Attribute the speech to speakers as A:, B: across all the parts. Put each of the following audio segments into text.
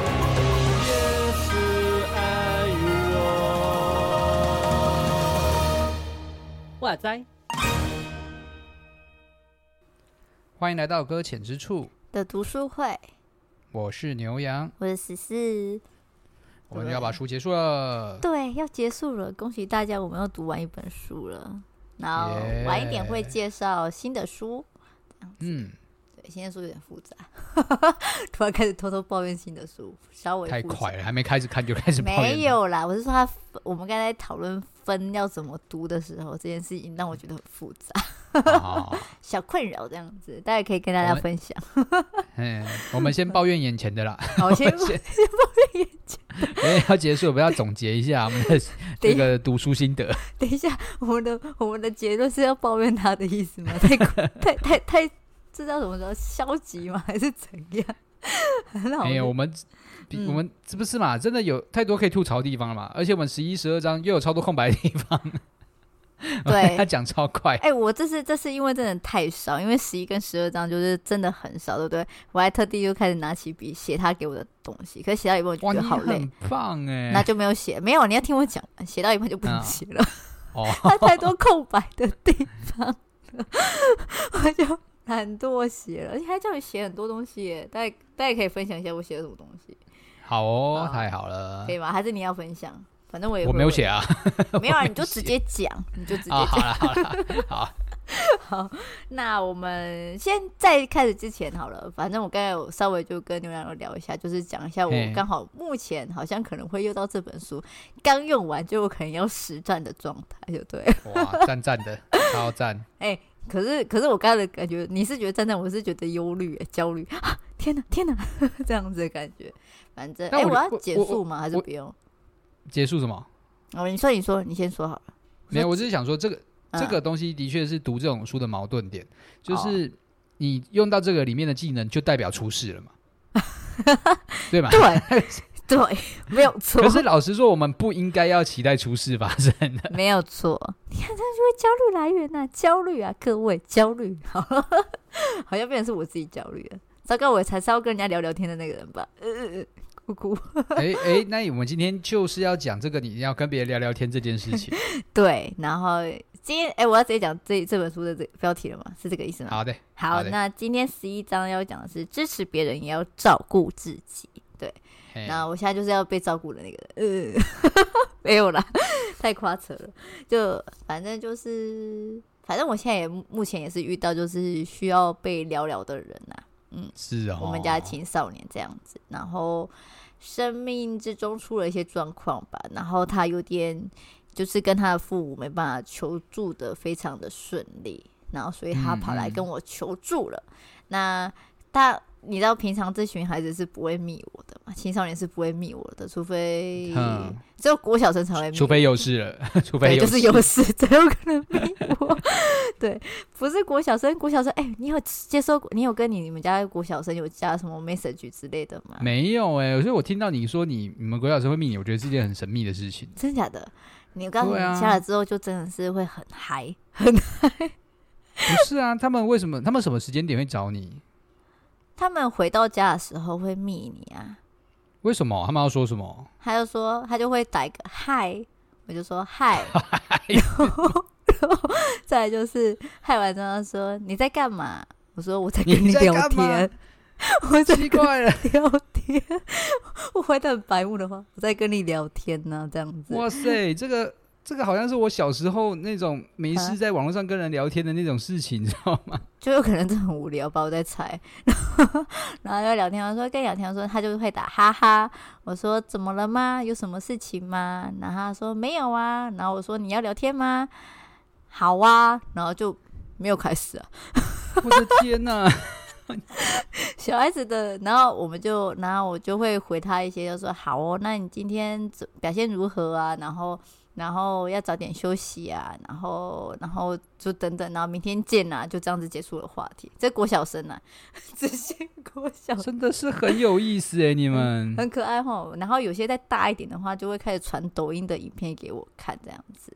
A: 也是爱我。哇塞！
B: 欢迎来到搁浅之处，
C: 的读书会，
B: 我是牛羊，
C: 我的十四，
B: 我们要把书结束了。
C: 对，要结束了，恭喜大家，我们又读完一本书了。然后
B: 耶
C: 晚一点会介绍新的书，
B: 嗯，
C: 对，新的书有点复杂， 突然开始偷偷抱怨新的书，稍微
B: 太
C: 复杂
B: 快了，还没开始看就开始抱怨了哦
C: 没。有啦，我是说他，我们刚才讨论分要怎么读的时候，这件事情让我觉得很复杂，
B: 啊
C: 小困扰这样子，大家可以跟大
B: 我
C: 家
B: 们
C: 分享。
B: 嗯，我们先抱怨眼前 的啦，
C: 好，先
B: 先因为要结束，我们要总结一下我们的
C: 等
B: 那
C: 一下
B: 个读书心得。
C: 等一下，我们的我们的结论是要抱怨他的意思吗？ 太太太太，这叫什么叫消极吗？ 还是怎样？很好
B: 哎呀，
C: 笑
B: 我们比
C: 嗯
B: 我们这不是嘛？真的有太多可以吐槽的地方了嘛？而且我们十一、十二章又有超多空白的地方，
C: 对
B: 他讲超快。
C: 哎、我这次这次因为真的太少，因为十一跟十二章就是真的很少，对不对？我还特地就开始拿起笔写他给我的东西，可是写到一半我就
B: 哇，
C: 觉
B: 你
C: 得好累
B: 很，棒哎！
C: 那就没有写。没有，你要听我讲完，写到一半就不能
B: 啊
C: 写了，
B: 哦，
C: 它太多空白的地方了， 我就懒惰写了，而且还叫你写很多东西耶。大家大家可以分享一下我写了什么东西，
B: 好哦，
C: 好
B: 太好了
C: 可。以吗？还是你要分享？反正我也
B: 我
C: 会
B: 没有
C: 问
B: 写，啊，
C: 没有
B: 我没有
C: 啊，你就直接讲，你就直接
B: 啊，好
C: 讲。
B: 了好了，好，
C: 那我们先在开始之前好了，反正我刚才有稍微就跟牛羊肉聊一下，就是讲一下我
B: 嘿
C: 刚好目前好像可能会用到这本书，刚用完就有可能要实战的状态，就对了。
B: 哇，赞赞的，超赞。
C: 哎、可是可是我刚才的感觉，你是觉得战战，我是觉得忧虑、焦虑 啊！天哪，天哪， 这样子的感觉。反正，哎、
B: 但我
C: 我
B: 我
C: 要结
B: 我
C: 束吗？还是
B: 我
C: 不用？
B: 结束什么？
C: 哦，你说，你说，你先说好了。
B: 没有，
C: 说
B: 我只是想说，这个这
C: 嗯
B: 个东西的确是读这种书的矛盾点，就
C: 哦
B: 是你用到这个里面的技能，就代表出事了 嘛，对吧？
C: 对 啊 对，没有错
B: 可，是老实说，我们不应该要期待出事发生 的。
C: 没有错。你看，这就是焦虑来源呐、焦虑啊，各位焦虑， 好，好像变成是我自己焦虑了。糟糕，我才是要跟人家聊聊天的那个人吧？呃呃，呃姑姑，
B: 哎哎，那我们今天就是要讲这个，你要跟别人聊聊天这件事 情。
C: 对，然后今天，哎、我要直接讲这这本书的这标题了吗？是这个意思吗？
B: 好的，好
C: 好，
B: 的
C: 那今天十一章要讲的是支持别人也要照顾自己。
B: 嘿
C: 那我现在就是要被照顾的那个人，呃， 没有啦， 太夸扯了。就反正就是，反正我现在也目前也是遇到就是需要被聊聊的人啊呐、
B: 是哦，
C: 我们家青少年这样子，然后生命之中出了一些状况吧，然后他有点就是跟他的父母没办法求助的非常的顺利，然后所以他
B: 嗯
C: 跑来
B: 嗯
C: 跟我求助了。那他你知道平常这群孩子是不会密我的嘛，青少年是不会密我的，除非、
B: 嗯
C: 只有国小生才会密我，
B: 除非有事了， 除非
C: 对，
B: 有
C: 就是
B: 事
C: 有事 才有可能 逼我。对，不是国小生，国小生，哎、你有接收过，你有跟你你们家的国小生有加什么 message 之类的吗？
B: 没有哎、所以我听到你说你你们国小生会命，我觉得是件很神秘的事情。
C: 真假的？你我告诉你，
B: 对啊
C: 加了之后就真的是会很嗨，很
B: 不是啊，他们为什么？他们什么时间点会找你？
C: 他们回到家的时候会密你啊，
B: 为什么？他们要说什么？
C: 他就说他就会打一个嗨，我就说嗨，然后然后再来就是嗨完之后他说你在干嘛？我说我在跟
B: 你在
C: 聊
B: 干嘛
C: 天， 我在
B: 奇
C: 跟
B: 怪了，
C: 聊天，我回答很白目的话，我在跟你聊天呢、这样 子。
B: 哇塞，这个这个好像是我小时候那种没
C: 啊
B: 事在网络上跟人聊天的那种事情，你 知道 吗？
C: 就有可能真的很无聊吧，我在猜。然后然后要聊天，我啊说跟你聊天，我说他就会打哈哈。我说怎么了吗？有什么事情吗？然后他说没有啊。然后我说你要聊天吗？好啊。然后就没有开始啊，
B: 我的天哪、
C: 小孩子的。然后我们就，然后我就会回他一些，就说好哦，那你今天怎表现如何啊？然后。然后要早点休息啊，然后，然后就等等，然后明天见啊，就这样子结束了话题。这国小生 啊， 只限国小生
B: 真的是很有意思哎，你们。
C: 很可爱哈。然后有些再大一点的话，就会开始传抖音的影片给我看，这样子。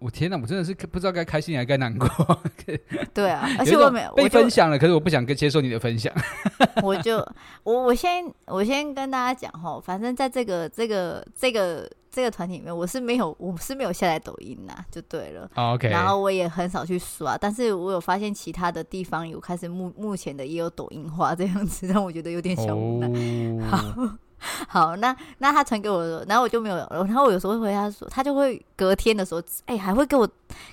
B: 我天哪，我真的是不知道该开心还是该难过。
C: 对啊，而
B: 有一
C: 且
B: 种
C: 我没有
B: 被
C: 我
B: 分
C: 就
B: 享了，可是我不想跟接受你的分享。
C: 我就我我先我先跟大家讲吼，反正在这个这个这个这个团体里面，我是没有我是没有下载抖音呐、就对了。
B: 好啊 OK，
C: 然后我也很少去刷，但是我有发现其他的地方有开始目目前的也有抖音化这样子，让我觉得有点小无奈。
B: 哦，
C: 好，那那他传给我的时候，然后我就没有，然后我有时候会回他说，他就会隔天的时候，哎、还会给我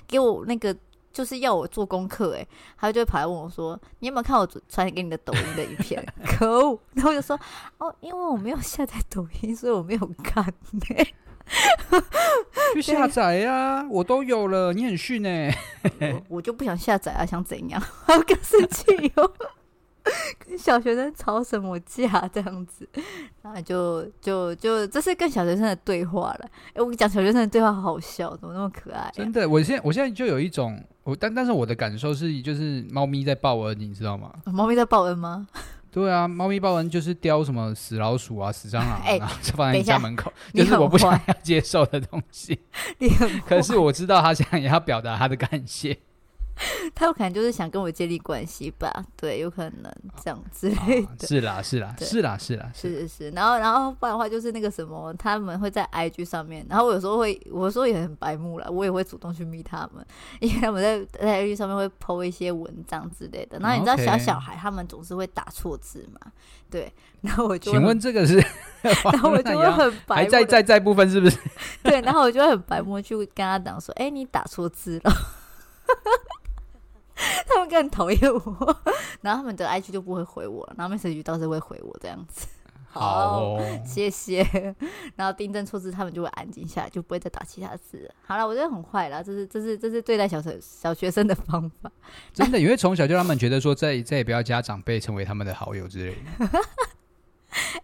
C: 给我那个，就是要我做功课，哎，他就会跑来问我说，你有没有看我传给你的抖音的影片？ 可恶！然后我就说，哦，因为我没有下载抖音，所以我没有看、欸。
B: 去下载啊，我都有了，你很逊哎、
C: 我我就不想下载啊，想怎样？ 好更生气哟、跟小学生吵什么架这样子？然后就就就这是跟小学生的对话了。哎、我讲小学生的对话好好笑，怎么那么可爱、啊？
B: 真的，我现在我现在就有一种，我但但是我的感受是，就是猫咪在报恩，你知道吗？
C: 猫咪在报恩吗？
B: 对啊，猫咪报恩就是叼什么死老鼠啊、死蟑螂、啊，
C: 哎
B: 然后就放在
C: 等
B: 你
C: 一下
B: 家门口，
C: 你
B: 就是我
C: 很
B: 不想
C: 坏
B: 要接受的东 西。
C: 你很
B: 可是我知道他想要表达他的感 谢，
C: 他有可能就是想跟我建立关系吧？对，有可能这样之类
B: 啊
C: 的。
B: 是啦，是啦，
C: 对
B: 是啦，是啦，
C: 是
B: 是啦。
C: 是是，然后然后不然的话就是那个什么，他们会在 IG 上面，然后我有时候会，我有时候也很白目啦，我也会主动去密他们， 因为他们在在 IG 上面会 PO 一些文章之类的。然后你知道
B: 哦 OK
C: 小小孩他们总是会打错字嘛？对，然后我就会
B: 请问，这个 是
C: 然后我就会很白
B: 还
C: 目
B: 在
C: 地
B: 在在部分是不是？
C: 对，然后我就会很白目去跟他讲说：“哎、你打错字了。” 他们更讨厌我， 然后他们的 IG 就不会回我，然后 message 倒是会回我这样子。
B: 好哦，
C: 谢谢。 然后订正错字，他们就会安静下来，就不会再打其他字了。好了，我觉得很坏啦，这是这是这是对待小学小学生的方法。
B: 真的，因为从小就让他们觉得说再再也不要加长辈成为他们的好友之类的。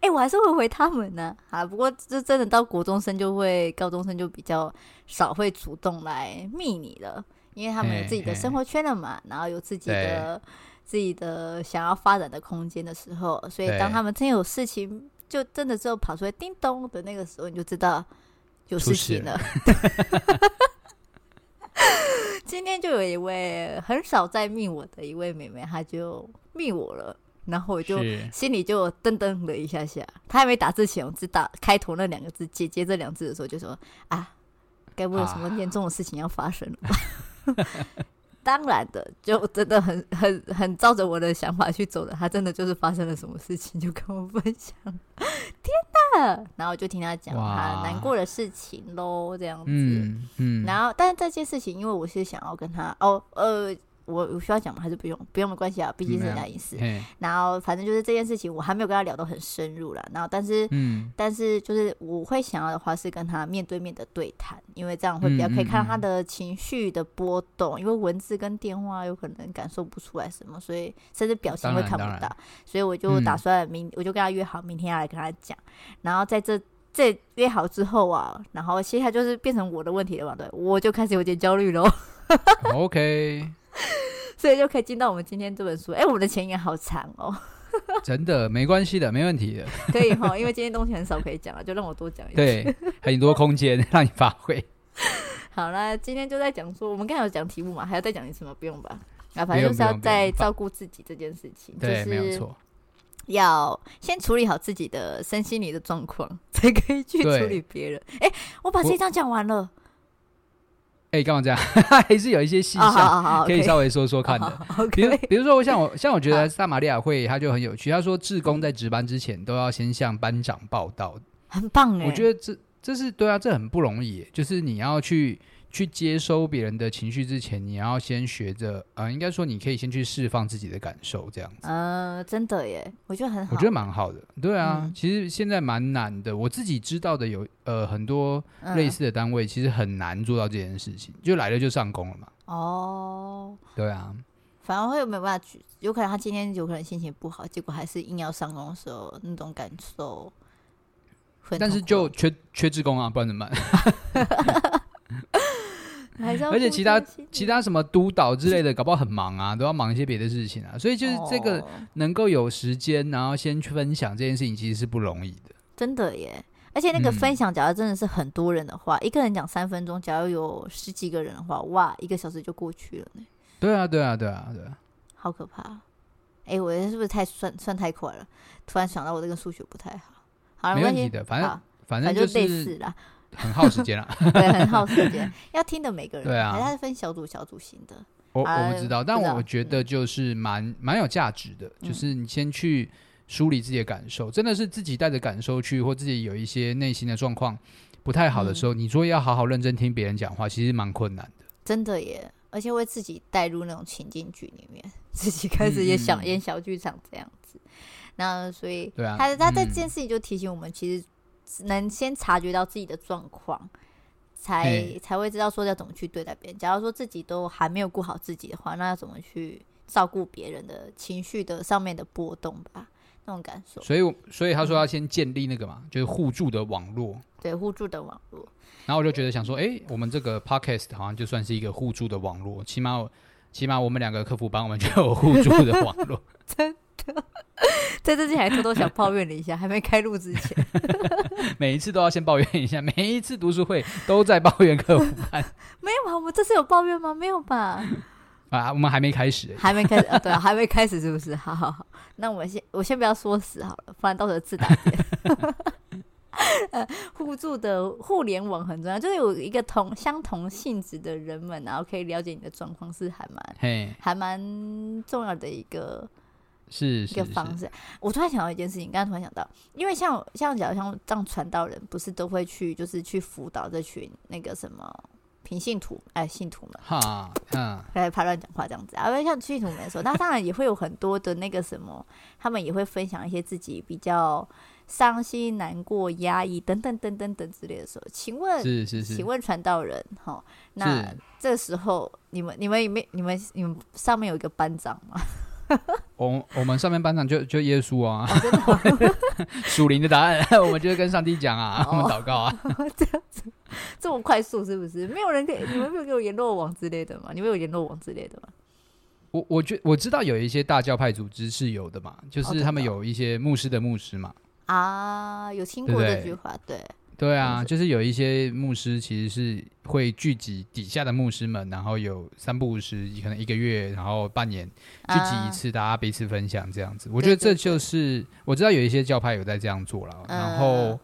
C: 哎、我还是会回他们呢、啊。不过这真的到国中生就会，高中生就比较少会主动来密你了，因为他们有自己的生活圈了嘛，然后有自己的自己的想要发展的空间的时候，所以
B: 对
C: 当他们真有事情，就真的只有跑出来叮咚的那个时候，你就知道有
B: 出
C: 事
B: 事
C: 情了。 今天就有一位很少在密我的一位妹妹，她就密我了，然后我就。
B: 是
C: 心里就噔噔了一下下。他还没打字前，我只打开头那两个字“姐姐”这两字的时候，就说啊，该不会有什么严重的事情要发生了吧？当然的，就真的很很很照着我的想法去走的。他真的就是发生了什么事情，就跟我分享。天哪！然后我就听他讲啊
B: 哇
C: 他难过的事情喽，这样子。
B: 嗯嗯，
C: 然后，但是这件事情，因为我是想要跟他哦，呃，我我需要讲吗？还是不用？不用没关系啊，毕竟是人家隐私。
B: 嘿
C: 然后反正就是这件事情，我还没有跟他聊得很深入啦。然后但是、
B: 嗯
C: 但是就是我会想要的话是跟他面对面的对谈，因为这样会比较
B: 嗯
C: 可以看到他
B: 嗯嗯
C: 的情绪的波动，因为文字跟电话有可能感受不出来什么，所以甚至表情
B: 当
C: 会
B: 然
C: 看不
B: 当然
C: 到。所以我就打
B: 嗯
C: 算明、我就跟他约好明天要来跟他讲，然后在这。这约好之后啊，然后接下来就是变成我的问题了嘛，对，我就开始有点焦虑喽，
B: ，OK，
C: 所以就可以进到我们今天这本书。哎，我们的前言好长哦。
B: 真的没关系的，没问 题的，
C: 可以哈，因为今天东西很少可以讲了，就让我多讲一点。
B: 对，很多空间让你发挥，
C: 好啦，今天就在讲说，我们刚才有讲题目嘛，还要再讲一次吗？不用吧。
B: 不
C: 啊，反
B: 用
C: 正就是要
B: 不用不
C: 在
B: 用
C: 照顾自己这件事情，就
B: 对，没有
C: 是
B: 错，
C: 要先处理好自己的身心里的状况， 才可以去
B: 对
C: 处理别人。哎、我把这一章讲完了，
B: 哎，干嘛这样？ 还是有一些细
C: 啊，好
B: 项
C: 好好，
B: 可以
C: 稍
B: 稍微说说看的。
C: 的
B: 比如
C: ，OK，，
B: 比如说，我像我像我觉
C: 好
B: 得撒玛利亚会他就很有趣。他说，志工在值班之前都要先向班长报道。
C: 很棒哎、
B: 我觉得这这是对啊，这很不容易耶，就是你要去去接收别人的情绪之前，你要先学着，呃，应该说你可以先去释放自己的感受，这样子。
C: 嗯、真的耶，我觉得很好。
B: 我觉得蛮好的，对啊，
C: 嗯
B: 其实现在蛮难的。我自己知道的有呃很多
C: 嗯
B: 类似的单位，其实很难做到这件事情，就来了就上工了嘛。
C: 哦，
B: 对啊，
C: 反而会没办法去，有可能他今天有可能心情不好，结果还是硬要上工的时候那种感受会很痛苦。
B: 但是就缺缺职工啊，不然怎么办？
C: 还是要
B: 而且
C: 顾
B: 其
C: 这
B: 他
C: 个心
B: 其
C: 理
B: 他什么督导之类的，搞不好很忙啊，都要忙一些别的事情啊。所以就是这个
C: 哦
B: 能够有时间，然后先去分享这件事情，其实是不容易的。
C: 真的耶。而且那个
B: 嗯
C: 分享，假如真的是很多人的话，一个人讲三分钟，假如有十几个人的话，哇，一个小时就过去了呢，
B: 对啊，对啊，对啊，对啊，
C: 好可怕！哎、我是不是太算算太快了？突然想到我这个数学不太好，好了，
B: 没问
C: 关
B: 题
C: 系
B: 的，反正
C: 好
B: 反
C: 反
B: 正
C: 正
B: 就
C: 就类似
B: 是
C: 啦，
B: 很耗时间啊啦。
C: 对，很耗时 间，要听的每个人，
B: 对啊
C: 还是它是分小组小组型的，
B: 我
C: 啊
B: 我不知道，
C: 不
B: 但
C: 知道
B: 我觉得就是蛮蛮有价值的，
C: 嗯
B: 就是你先去梳理自己的感受，真的是自己带着感受去，或自己有一些内心的状况不太好的
C: 嗯
B: 时候，你说要好好认真听别人讲话，其实蛮困难的。
C: 真的耶，而且会自己带入那种情境剧里面，自己开始也想
B: 嗯嗯
C: 演小剧场这样子。那所以，
B: 对啊
C: 他他这
B: 嗯
C: 件事情就提醒我们，其实能先察觉到自己的状况，才
B: 嘿
C: 才会知道说要怎么去对待别人。假如说自己都还没有顾好自己的话，那要怎么去照顾别人的情绪的上面的波动吧？那种感受，
B: 所以我所以他
C: 嗯
B: 说要先建立那个嘛，就是互助的网络。
C: 对互助的网络，
B: 然后我就觉得想说，诶，我们这个 podcast 好像就算是一个互助的网络，起码我起码我们两个客服帮我们就有互助的网络。
C: 在这之前还偷偷想抱怨了一下，还没开录 之前。
B: 每一次都要先抱怨一下，每一次读书会都在抱怨客服
C: 没有啊，我们这次有抱怨吗？没有吧？
B: 啊，我们还没开始、
C: 还没开始，呃对、啊，还没开始是不是？好好好，那我们先我先不要说死好了，不然到时候自打脸。 呃，互助的互联网很重要，就是有一个同相同性质的人们，然后可以了解你的状况，是还蛮
B: 嘿，
C: 还蛮重要的一个
B: 是
C: 一
B: 是
C: 个
B: 是，
C: 方式。我突然想到一件事情，刚刚突然想到，因为像像假如像这样传道人，不是都会去就是去辅导这群那个什么平信徒哎信徒们。
B: 哈，嗯，
C: 来怕乱讲话这样子啊，因为像去土没说，那当然也会有很多的那个什么，他们也会分享一些自己比较伤心、难过、压抑等等等等等之类的时候，请问，
B: 是是是，
C: 请问传道人哈，齁那
B: 是
C: 这时候你们你们有没有你们你们上面有一个班长吗？
B: 我我们上面班长就就耶稣啊，
C: 哦真的吗
B: 属灵的答案，我们就跟上帝讲啊， 我们
C: 哦
B: 祷告啊，
C: 这么快速是不是？没有人给你们没有给我联络网之类的吗？你们有联络网之类的吗？
B: 我我觉我知道有一些大教派组织是有的嘛，就
C: 哦真
B: 是
C: 的
B: 他们
C: 哦
B: 有一些牧师的牧师嘛，
C: 啊，有听
B: 对
C: 过
B: 不
C: 这
B: 对
C: 句话，对，
B: 对
C: 哦
B: 啊，
C: 是
B: 就是有一些牧师其实是会聚集底下的牧师们，然后有三不五时，可能一个月，然后半年聚集
C: 啊
B: 一次，大家彼此分享这样子。我
C: 对
B: 觉得这
C: 对
B: 就是我知道有一些教派有在这样做了，
C: 嗯
B: 然后。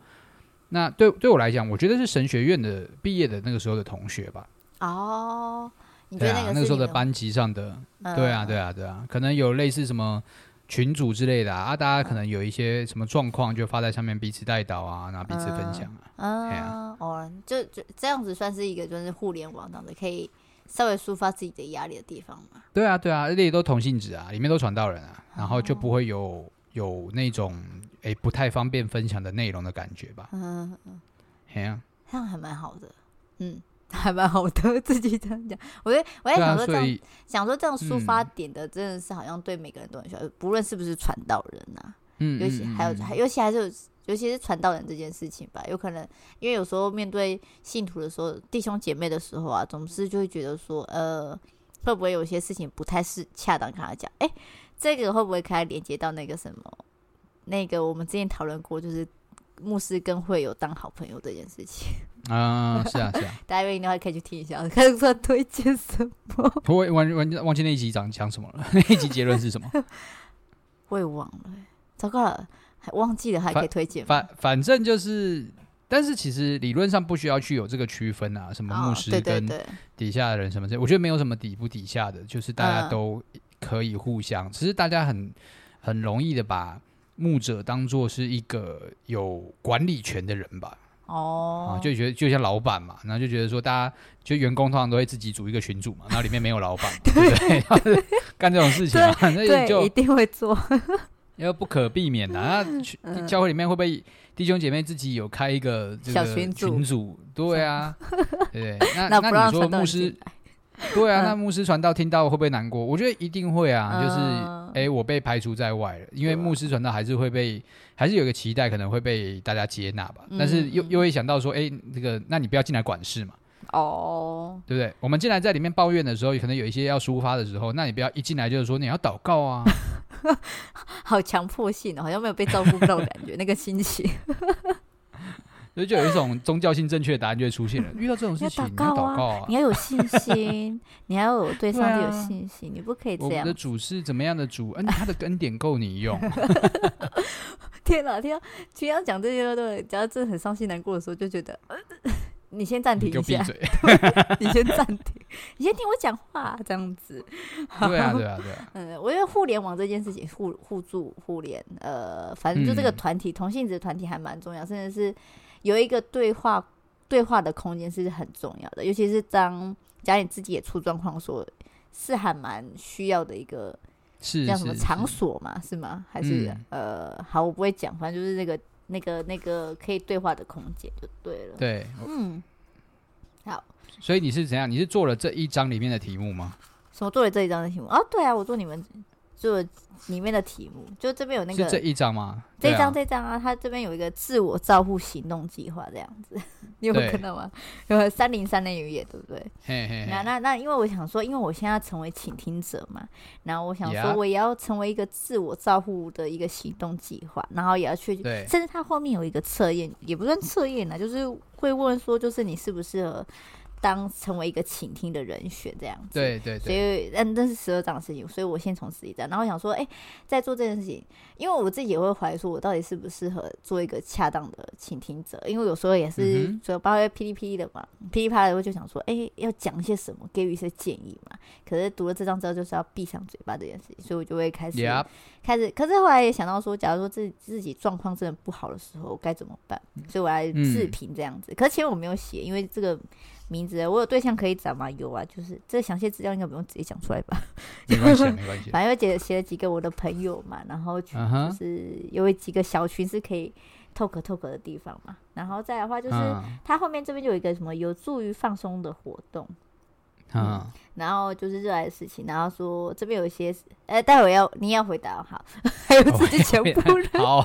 B: 那对对我来讲，我觉得是神学院的毕业的那个时候的同学吧，
C: 嗯哦，你觉
B: 对
C: 得
B: 啊，
C: 个
B: 那
C: 是
B: 个时候
C: 你
B: 的
C: 们
B: 班级上的，
C: 嗯
B: 对啊，对啊，对啊，可能有类似什么群组之类的啊，啊大家可能有一些什么状况就发在上面，彼此带导啊，然后彼此分享啊，哎
C: 啊
B: 呀，
C: 哦，就就这样子算是一个就是互联网这样子可以稍微抒发自己的压力的地方嘛。
B: 对啊，对啊，而且都同性质啊，里面都传道人
C: 嗯
B: 啊，然后就不会有有那种诶不太方便分享的内容的感觉吧？
C: 嗯，嗯
B: 嘿啊，
C: 这样还蛮好的，嗯， 还蛮好的，自己这样讲。我在我在
B: 对
C: 想
B: 啊，
C: 说这
B: 所
C: 样、
B: 以
C: 想说这样抒
B: 嗯
C: 发点的真的是好像对每个人都很需要，不论是不是传道人啊呐、
B: 嗯，
C: 尤其
B: 嗯
C: 还有
B: 嗯，
C: 还尤其还是有，尤其是传道人这件事情吧，有可能因为有时候面对信徒的时候，弟兄姐妹的时候啊，总是就会觉得说，呃，会不会有些事情不太是恰当跟他讲？哎，这个会不会可以连接到那个什么？那个我们之前讨论过，就是牧师跟会友当好朋友这件事情，
B: 啊、是啊，是啊，
C: 大家有兴趣的话可以去听一下。 看始说推荐什么，
B: 我忘忘忘记那一集讲讲什么了， 那一集结论是什么？
C: 我也忘了、
B: 欸
C: 糟糕了，还忘记了，还可以
B: 反
C: 推荐吗
B: 反反正就是，但是其实理论上不需要去有这个区分啊，什么
C: 哦
B: 牧师
C: 对对
B: 跟
C: 对，
B: 底下的人什么之类，我觉得没有什么底不底下的，就是大
C: 嗯
B: 家都可以互相，只是大家很很容易的把牧者当做是一个有管理权的人吧，
C: 哦、
B: 啊，就觉得就像老板嘛，然后就觉得说大家就员工通常都会自己组一个群组嘛，然后里面没有老板嘛，对不对？ 然后就干这种事情嘛， 那也
C: 对，
B: 就
C: 一定会做。
B: 因为不可避免的、啊。那去
C: 嗯
B: 教会里面会不会弟兄姐妹自己有开一个这
C: 小
B: 个
C: 群组
B: 群组？对 啊，对不对？
C: 那
B: 啊那那
C: 不让
B: 你说
C: 传道
B: 牧
C: 人
B: 师
C: 进来，
B: 对啊，
C: 嗯
B: 那牧师传道听到会不会难过？我觉得一定会啊，就是
C: 嗯
B: 哎、诶我被排除在外了，因为
C: 对啊
B: 牧师传道还是会被，还是有一个期待，可能会被大家接纳吧。
C: 嗯
B: 但是又
C: 嗯
B: 又会想到说，哎、这个，那你不要进来管事嘛，
C: 哦，
B: 对不对？我们进来在里面抱怨的时候，可能有一些要抒发的时候，那你不要一进来就是说你要祷告啊，
C: 好强迫性哦，好像没有被照顾到的感觉，那个心情。
B: 所以就有一种宗教性正确的答案就会出现了。遇到这种事情，
C: 要
B: 你
C: 祷
B: 要
C: 告
B: 祷
C: 啊
B: 告啊
C: 你。要有信 心，你要有对
B: 对
C: 上帝有
B: 啊
C: 信心，你不可以这
B: 我们
C: 样
B: 的。主是怎么样的主？嗯，他的恩典够你 用。
C: 天哪，听到听到讲这些都，只要真的很伤心难过的时候，就觉得，呃、你先暂停
B: 你就
C: 一
B: 闭
C: 下，
B: 嘴。
C: 你先暂停，你先听我讲话，这样子。
B: 对 啊，对啊，对啊。
C: 嗯，我觉得互联网这件事情，互互助、互联，呃，反正就这个
B: 嗯
C: 团体，同性质团体还蛮重要，甚至是有一个对话对话的空间是很重要的，尤其是当假如你自己也出状况的时候，说是还蛮需要的一个
B: 是
C: 叫
B: 是
C: 什么
B: 是嗯
C: 场所嘛，是吗？还是、呃，好，我不会讲，反正就是那个那个那个可以对话的空间就对了。
B: 对，
C: 嗯，
B: 所以你是怎样？你是做了这一章里面的题目吗？
C: 什么做了这一张的题目？哦，对啊，我做你们做里面的题目，就这边有那个
B: 是这一章吗？
C: 这
B: 对
C: 一
B: 啊
C: 张这一张啊，它这边有一个自我照护行动计划这样子， 你有
B: 对哎
C: 看到吗？有三零三类语言，对不对？
B: 嘿嘿
C: 那
B: 嘿，
C: 那那，因为我想说，因为我现在要成为倾听者嘛，然后我想
B: Yeah
C: 说，我也要成为一个自我照护的一个行动计划，然后也要去，
B: 对
C: 甚至它后面有一个测验，也不算测验啦，就是会问说，就是你适不适合当成为一个倾听的人选这样子。
B: 对对
C: 所
B: 对，
C: 以，嗯，那是十二章的事情，所以我先从十一章。然后我想说，哎、在做这件事情，因为我自己也会怀疑，说我到底适不适合做一个恰当的倾听者？因为有时候也是
B: 嗯哼
C: 嘴巴会噼里噼里的嘛，噼里啪啦的，我就想说，哎、要讲一些什么，给予一些建议嘛。可是读了这章之后，就是要闭上嘴巴这件事情，所以我就会开始
B: Yup，
C: 开始。可是后来也想到说，假如说自己自己状况真的不好的时候，该怎么办？所以我来自
B: 嗯
C: 评这样子。可是其实我没有写，因为这个名字我有对象可以找吗？有啊，就是这详细资料应该不用直接讲出来吧。
B: 没关系，没关系。
C: 反正又写写了几个我的朋友嘛，然后就
B: 嗯哼，
C: 是有几个小群是可以 talk talk 的地方嘛。然后再来的话就是，
B: 嗯
C: 它后面这边就有一个什么有助于放松的活动，
B: 嗯，，
C: 然后就是热爱的事情，然后说这边有一些，呃，待会要你要回答哦好，还有自己 全部人
B: 好，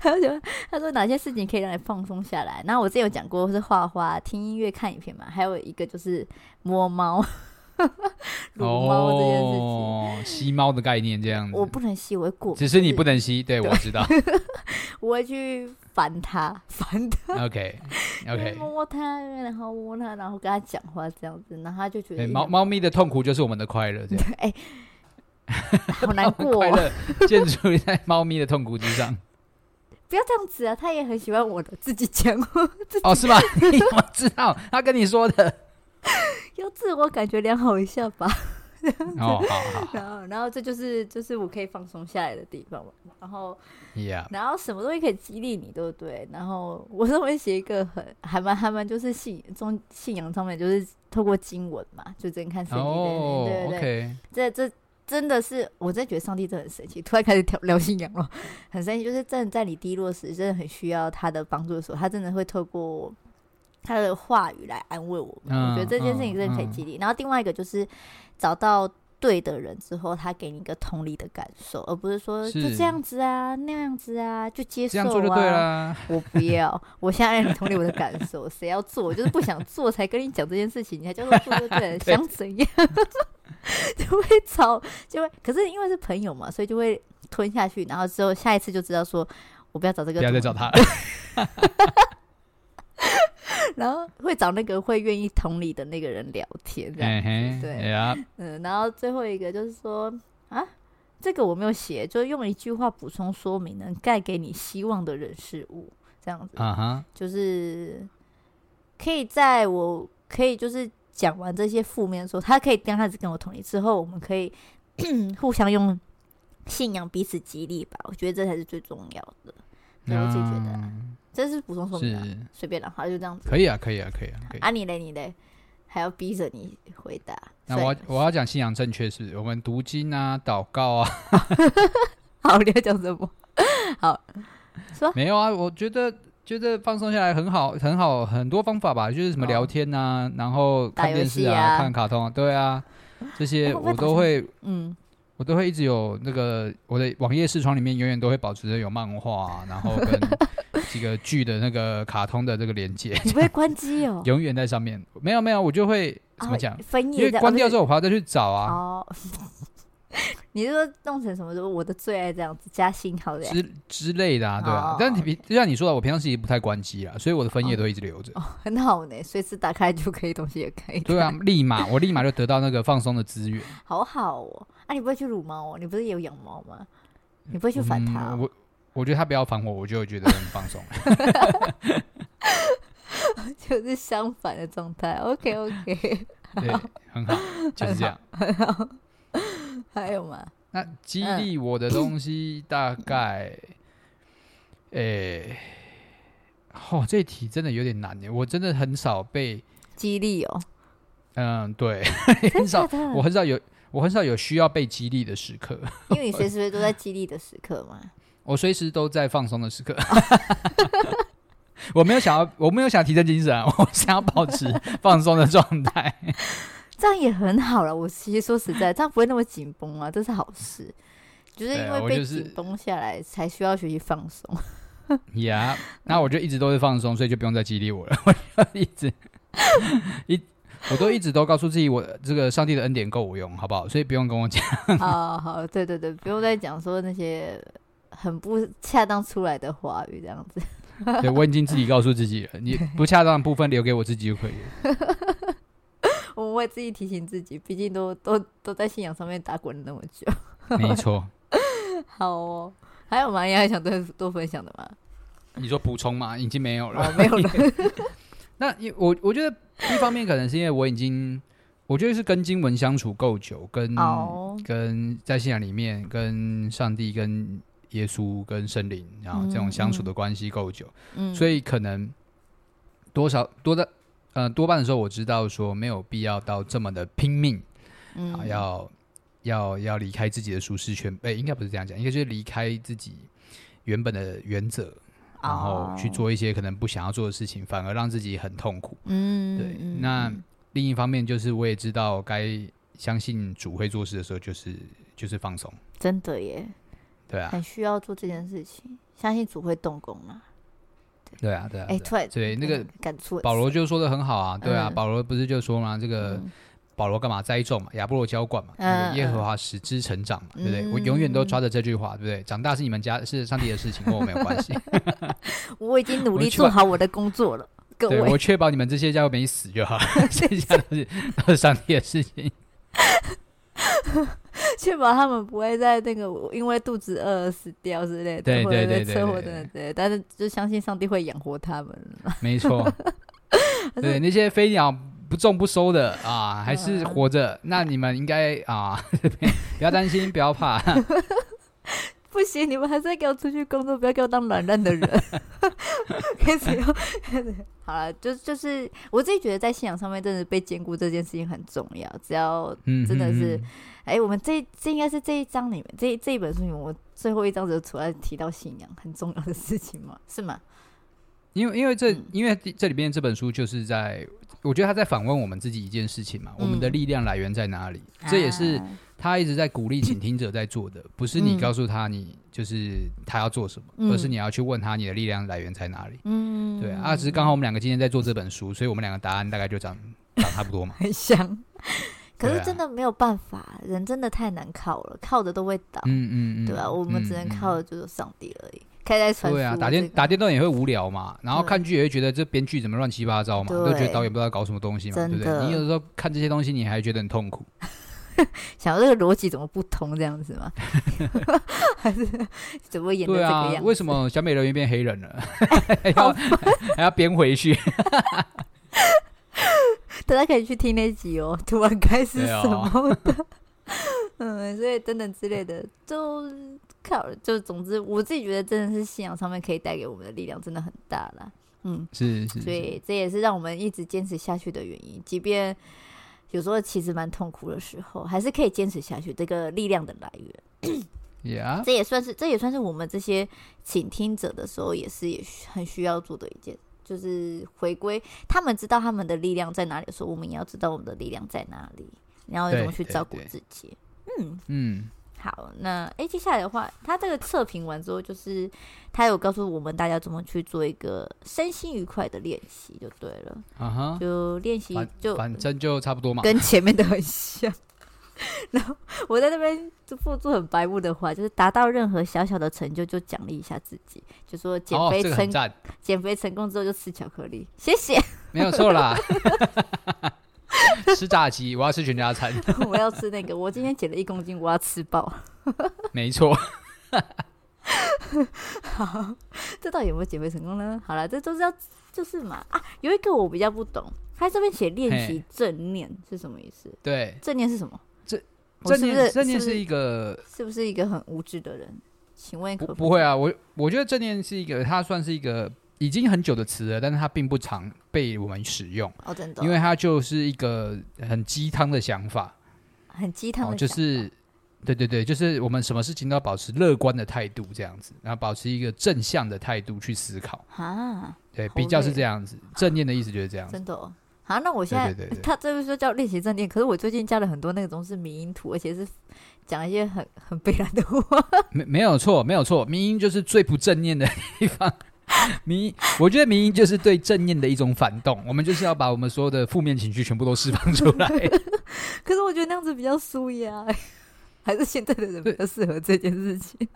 C: 他说他说哪些事情可以让你放松下来？然后我之前有讲过是画画、听音乐、看影片嘛，还有一个就是摸猫、 撸猫这件事情。
B: 哦，吸猫的概念这样子
C: 我，不能吸，我会过敏。
B: 只是你
C: 就
B: 不能吸，对我知道。
C: 我会去烦它，烦 它，
B: OK
C: 就是
B: OK，
C: 摸它，然后摸它，然后跟它讲话这样子，然后它就觉
B: 对，
C: 得有
B: 哎猫
C: 点
B: 猫咪的痛苦就是我们的快乐，这样。
C: 好 难过
B: 快
C: 哦、
B: 乐建筑在猫咪的痛苦之上。
C: 不要这样子啊！它也很喜欢我的 自己讲话，
B: 哦，是吗？我知道，他跟你说的。
C: 要自我感觉良好一下 吧。
B: 哦，好好
C: 然后，然后这就是就是我可以放松下来的地方嘛。然后，
B: ，Yeah，
C: 然后什么东西可以激励你，对不对？然后我认为写一个很还蛮还蛮就是信宗信仰上面，就是透过经文嘛，就只能看圣经的人，
B: 哦
C: 对对啊对。
B: ，OK，
C: 这这真的是，我真的觉得上帝真的很神奇。突然开始聊 聊信仰了，很神奇。就是真的在你低落时，真的很需要他的帮助的时候，他真的会透过他的话语来安慰我们。
B: 嗯
C: 我觉得这件事情真的可以激励。然后另外一个就是找到。对的人之后，他给你一个同理的感受，而不是说
B: 是
C: 就这样子啊，那样子啊，就接
B: 这样
C: 受
B: 做就对
C: 啊。
B: 啦。
C: 我不要，我现在让你同理我的感受，谁要做，我就是不想做，才跟你讲这件事情，你还叫做做就对 了，想怎样 就会吵，就会。可是因为是朋友嘛，所以就会吞下去，然后之后下一次就知道说我不要找这个，
B: 不要再找他，了。
C: 然后会找那个会愿意同理的那个人聊天，这样
B: 嘿嘿，
C: 对
B: Yeah，
C: 嗯，然后最后一个就是说啊，这个我没有写，就用一句话补充说明，能带给你希望的人事物，这样子。
B: 啊哈，
C: 就是可以在我可以就是讲完这些负面的时候，他可以刚开始跟我同意，之后我们可以 互相用信仰彼此激励吧。我觉得这才是最重要的。对我自己觉得啊，
B: 嗯
C: 这是补充说明啊，
B: 是
C: 随便的，好就这样子。
B: 可以啊，可以啊，可以啊，可以。
C: 啊，你嘞，你嘞，还要逼着你回答。
B: 那
C: 所以
B: 我要我要讲信仰正确是，我们读经啊、祷告啊，
C: 好，你要讲什么？
B: 没有啊，我觉得觉得放松下来很好，很好，很多方法吧，就是什么
C: 哦
B: 聊天啊，然后
C: 打
B: 看
C: 游
B: 电视
C: 戏
B: 啊、
C: 啊
B: 看卡通啊，对啊，这
C: 哎
B: 些 我
C: 会不会打
B: 都
C: 成
B: 会
C: 嗯，
B: 我都会一直有那个我的网页视窗里面永远都会保持着有漫画、 啊，然后跟几个剧的那个卡通的这个连接，？
C: 你不会关机哦
B: 永远在上面。没有没有，我就会怎么讲
C: 哦？分哦
B: 因为
C: 页这样
B: 关掉之
C: 后
B: 后，我还要再去找啊。
C: 哦， 你是说弄成什么什么我的最爱这样子加星好的呀？
B: 之之类的啊，对啊。
C: 哦
B: 但你比就像你说的，我平常其实不太关机啦，所以我的分页
C: 哦
B: 都一直留着。
C: 哦，很好呢，随时打开就可以，东西也可 以。
B: 对啊，，立马我立马就得到那个放松的资源。
C: 好好哦。啊，你不会去撸猫哦？你不是也有养猫吗？你不会去烦它、
B: 嗯
C: 哦
B: 我我觉得他不要烦我，我就会觉得很放松。
C: 就是相反的状态。OK OK，
B: 对，很好，就是这样。
C: 还有吗？
B: 那激
C: 嗯
B: 励我的东西大概，诶、哦，这题真的有点难耶，我真的很少被，
C: 激励哦，
B: 嗯，对，
C: 真
B: 很少
C: 的假，的
B: 我很少有，我很少有需要被激励的时刻，
C: 因为你随时随地都在激励的时刻嘛。
B: 我随时都在放松的时刻。 我没有想要，我没有想提振精神啊， 我想要保持放松的状态。
C: 这样也很好了。我其实说实在，这样不会那么紧绷啊，这是好事。就是
B: 对
C: 因
B: 啊
C: 为
B: 我
C: 被
B: 就是
C: 紧绷下来，才需要学习放松。
B: 呀，那我就一直都是放松，所以就不用再激励我了。 我就一直一，我都一直都告诉自己，我这个上帝的恩典够我用，好不好？所以不用跟我讲。
C: 啊、好，对对对，不用再讲说那些很不恰当出来的话语这样子。
B: 对我已经自己告诉自己了，你不恰当的部分留给我自己就可以了。
C: 我们会自己提醒自己，毕竟都都都在信仰上面打滚了那么久。
B: 没错，
C: 好哦，还有吗？你还想多多分享的吗？
B: 你说补充吗？已经没有了。
C: 哦，没有了。
B: 那因我我觉得一方面可能是因为我已经，我觉得是跟经文相处够久，跟、
C: 哦，
B: 跟在信仰里面跟上帝、跟耶稣、跟圣灵，然后这种相处的关系够久。
C: 嗯，
B: 所
C: 以
B: 以可能多少多的呃多半的时候，我知道说没有必要到这么的拼命啊，
C: 嗯，
B: 要要要离开自己的舒适圈，哎、应该不是这样讲，应该就是离开自己原本的原则，然后去
C: 哦，
B: 做一些可能不想要做的事情，反而让自己很痛苦。
C: 嗯，
B: 对，
C: 嗯
B: 那
C: 嗯
B: 另一方面就是我也知道该相信主会做事的时候，就是就是放松，
C: 真的耶，
B: 对啊，
C: 很需要做这件事情，相信主会动工嘛。
B: 对啊，对啊。
C: 哎，
B: 对啊
C: 突然
B: 对那个
C: 感触很
B: 保罗
C: 深，
B: 就说的很好啊，对啊，
C: 嗯
B: 保罗不是就说嘛，这个
C: 嗯
B: 保罗干嘛栽种嘛，亚波罗浇灌嘛，那
C: 嗯
B: 个耶和华使之成长嘛，对不对？
C: 嗯
B: 我永远都抓着这句话，对不对？长大是你们家是上帝的事情，跟我没有 关系。
C: 我已经努
B: 我
C: 力
B: 去
C: 做
B: 把
C: 好我的工作了，各
B: 对
C: 位
B: 我。确保你们这些家伙没死就好，剩下都是都是上 帝的事情。
C: 确保他们不会在那个因为肚子饿而死掉之类的，
B: 对
C: 或
B: 对
C: 者
B: 对
C: 被车祸
B: 对
C: 等
B: 对
C: 等之类的。但是就相信上帝会养活他们了。
B: 没 错，对那些飞鸟不种不收的啊，还是
C: 嗯
B: 活着，那你们应该啊，不要担心，不要怕。
C: 不行，你们还是要给我出去工作，不要给我当软烂的人。 开始要开始好了，就就是我自己觉得在信仰上面，真的被兼顾这件事情很重要。只要
B: 嗯，
C: 真的是
B: 嗯，
C: 哎、我们这这应该是这一章里面，这这一本书里面，我最后一章就除了提到信仰很重要的事情
B: 啊
C: 嘛，是吗？
B: 因为因为这、
C: 嗯
B: 因为这里边这本书就是在，我觉得他在反问我们自己一件事情嘛，我们的
C: 嗯
B: 力量来源在哪里？这也是
C: 啊
B: 他一直在鼓励倾听者在做的，不是你
C: 嗯
B: 告诉他你就是他要做什么，
C: 嗯
B: 而是你要去问他你的力量来源在哪里。
C: 嗯，。
B: 对啊，只是刚好我们两个今天在做这本书，所以我们两个答案大概就长长差不多嘛
C: 很香。可
B: 对
C: 是
B: 啊
C: 真的没有办法，人真的太难靠了，靠的都会倒，
B: 嗯嗯嗯，
C: 对吧、啊我们只能
B: 嗯
C: 靠的就是上帝而已。开在
B: 嗯
C: 传
B: 对啊，
C: 输
B: 打
C: 这
B: 电
C: 个
B: 打电动也会无聊嘛，然后
C: 对
B: 看剧也会觉得这编剧怎么乱七八糟嘛，都觉得
C: 对
B: 导演不知道搞什么东西嘛，对
C: 真
B: 不对？
C: 的
B: 你有时候看这些东西，你还觉得很痛苦。
C: 想这个逻辑怎么不通这样子吗？ 还是怎么演的
B: 对
C: 这个
B: 啊
C: 样，子？
B: 为什么小美人鱼变黑人 了，还要还要编回去？
C: 大家可以去听那集哦， 突然开始
B: 对
C: 什
B: 哦
C: 么的， 嗯，所以等等之类的，就靠，就总之，我自己觉得真的是信仰上面可以带给我们的力量真的很大啦。嗯，
B: 是是
C: 所
B: 是，
C: 以这也是让我们一直坚持下去的原因。即便有时候其实蛮痛苦的时候，还是可以坚持下去。这个力量的来源，
B: 呀，
C: 这也算是这也算是我们这些倾听者的时候，也是也需很需要做的一件，就是回归他们知道他们的力量在哪里的时候，我们也要知道我们的力量在哪里，然后要怎么
B: 对
C: 去
B: 对
C: 照顾
B: 对
C: 自己。
B: 嗯，
C: 好，那诶，接下来的话，他这个测评完之后，就是他有告诉我们大家怎么去做一个身心愉快的练习，就对了。
B: 啊哈，
C: 就练习就
B: 反正就差不多嘛。
C: 跟前面的很像， 然后我在那边就付出很白目的话，就是达到任何小小的成就就奖励一下自己，就说减
B: 哦，
C: 肥
B: 这个
C: 成
B: 很赞，
C: 减、肥成功之后就吃巧克力，谢谢。
B: 没有错啦。 吃炸鸡，我要吃全家餐，
C: 我要吃那个，我今天减了一公斤，我要吃爆。
B: 没错，
C: 好，这到底有没有减肥成功呢？好了，这都是要就是嘛啊，有一个我比较不懂，他这边写练习
B: 嘿
C: 正念是什么意思？
B: 对。
C: 正念是什么？
B: 这
C: 我
B: 这
C: 是不
B: 件
C: 是
B: 这件
C: 是不
B: 是
C: 是
B: 一个
C: 是不是一个很无知的人？请问可
B: 不不会啊，我我觉得正念是一个，它算是一个已经很久的词了，但是它并不常被我们使用，
C: 哦，真的哦，
B: 因为它就是一个很鸡汤的想法，
C: 很鸡汤
B: 哦，
C: 的
B: 就
C: 想法、
B: 是对对对，就是我们什么事情都要保持乐观的态度，这样子，然后保持一个正向的态度去思考，
C: 啊，
B: 对，
C: 好
B: 比较是
C: 累
B: 这样子，正念的意思就是这样子，
C: 真的哦。啊，那我现在
B: 对对对对
C: 他这边说叫练习正念，可是我最近加了很多那个东西迷音图，而且是讲一些很很悲然的话。
B: 没没有错，没有错，民音就是最不正念的地方。 民音，我觉得民音就是对正念的一种反动，我们就是要把我们所有的负面情绪全部都释放出来。
C: 可是我觉得那样子比较舒压， 还是现在的人比较适合这件事情。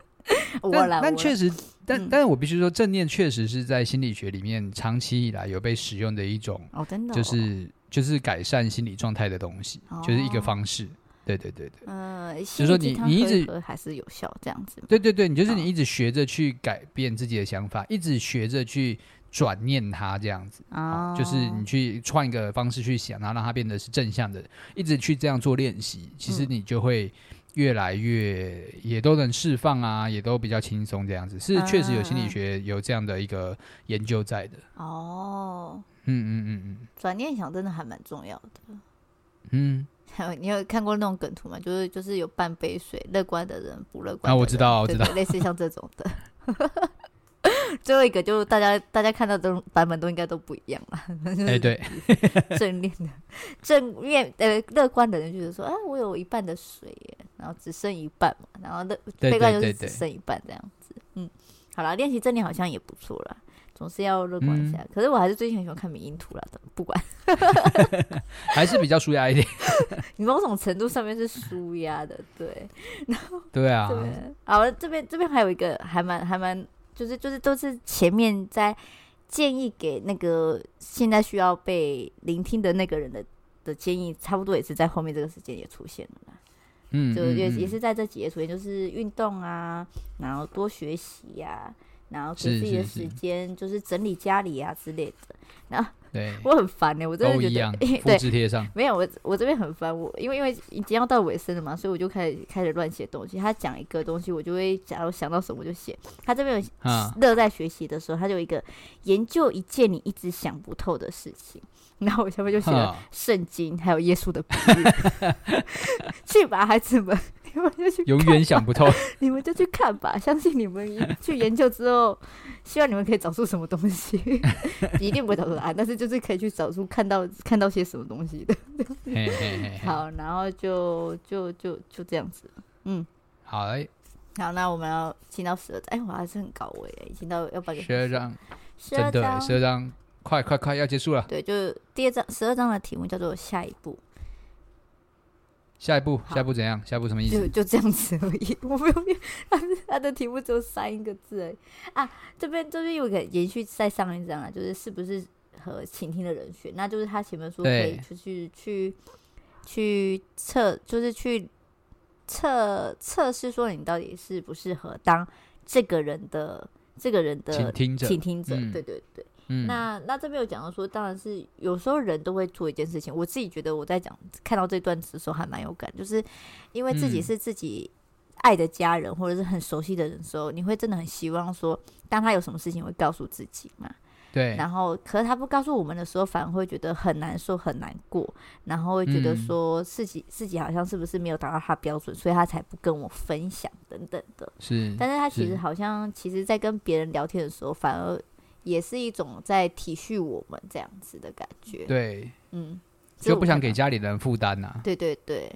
C: 我
B: 但
C: 啦，
B: 但
C: 我
B: 确
C: 啦
B: 实，但
C: 嗯
B: 但我必须说，正念确实是在心理学里面长期以来有被使用的一种，
C: 哦，真的哦、
B: 就是就是改善心理状态的东西，就是一
C: 哦
B: 个方式。对对对对
C: 呃，
B: 是
C: 就
B: 说你你一直
C: 还是有效这样子。
B: 对对对，你就是
C: 哦
B: 你一直学着去改变自己的想法，一直学着去转念它这样子。
C: 啊、
B: 哦就是你去换一个方式去想，然后让它变得是正向的，一直去这样做练习，其实
C: 嗯
B: 你就会越来越也都能释放啊，也都比较轻松这样子。是确实有心
C: 啊
B: 理
C: 啊啊
B: 学有这样的一个研究在的。
C: 哦，
B: 嗯嗯嗯
C: 转念想真的还蛮重要的。
B: 嗯嗯。
C: 还有，你有看过那种梗图吗？就是就是有半杯水，乐观的人不乐观的人。
B: 啊我知道我
C: 对
B: 知道
C: 对类似像这种的。 最后一个就是大家大家看到的版本都应该都不一样 啦。
B: 哎、对，
C: 正面的正面呃乐观的人就是说啊，我有一半的水耶，然后只剩一半嘛，然后乐
B: 对
C: 悲观就
B: 对
C: 是
B: 对
C: 只
B: 对
C: 剩一半这样子。嗯，好啦，练习正念好像也不错啦，总是要乐观
B: 嗯
C: 一下。可是我还是最近很喜欢看迷因图啦，不管
B: 还是比较舒压一点。
C: 你某种程度上面是舒压的，对。
B: 对啊，
C: 对，好，这边这边还有一个还蛮还蛮，就是就是都是前面在建议给那个现在需要被聆听的那个人的的建议，差不多也是在后面这个时间也出现了啦，
B: 嗯，
C: 就
B: 嗯
C: 也
B: 嗯
C: 也是在这几页出现，就是运动啊，然后多学习呀、然后给
B: 是
C: 自己的
B: 是是
C: 时间就是整理家里啊之类的，
B: 对，
C: 我很烦欸呢、我真
B: 都
C: 的
B: 一
C: 觉
B: 样
C: 得，因为，
B: 复
C: 对，
B: 制贴上。
C: 没有，我我这边很烦，我因为因为已经要到尾声了嘛，所以我就开始开始乱写东西。他讲一个东西，我就会假如想到什么我就写。他这边有
B: 啊
C: 乐在学习的时候，他就有一个研究一件你一直想不透的事情，然后我下面就写了
B: 哈，
C: 圣经，还有耶稣的比喻。去吧，孩子们，你们就去，
B: 永远想不透。
C: 你们就去看吧。相信你们去研究之后，希望你们可以找出什么东西，一定不会找出答案，但是就是可以去找出看到看到些什么东西的。
B: 嘿嘿嘿 嘿，
C: 好，然后就就就就这样子。
B: 好，哎，
C: 好，那我们要进到十二章，哎，我还是很高位耶，已经到要半个
B: 十二章，
C: 十
B: 真
C: 二
B: 的，
C: 章
B: 十，二章，快快快，要结束了，
C: 对，就第二章十二章的题目叫做下一步，
B: 下一步，
C: 好
B: 下一步怎样？下一步什么意
C: 就
B: 思？
C: 就这样子而已。 我没有，它它的题目只有三个字而已啊。这边这边有一个延续在上一章啊，就是是不是和倾听的人选？那就是他前面说可以
B: 对
C: 就是去去测，就是去测测试说你到底适不适合当这个人的这个人的
B: 倾听者
C: 倾呃听者，
B: 嗯
C: 对对对。
B: 嗯，
C: 那那这边有讲到说，当然是有时候人都会做一件事情。我自己觉得我在讲看到这段的时候还蛮有感，就是因为自己
B: 嗯
C: 是自己爱的家人、或者是很熟悉的人的时候，你会真的很希望说，当他有什么事情会告诉自己嘛。
B: 对，
C: 然后，可是他不告诉我们的时候，反而会觉得很难受、很难过，然后会觉得
B: 嗯
C: 说自己、自己好像是不是没有达到他标准，所以他才不跟我分享等等的。
B: 是，
C: 但是他其
B: 嗯
C: 实
B: 是
C: 好像，其实在跟别人聊天的时候，反而也是一种在体恤我们这样子的感觉。
B: 对，
C: 嗯，这是
B: 就
C: 我
B: 不想
C: 看
B: 给
C: 到。
B: 家里人负担啊呐。
C: 对对对，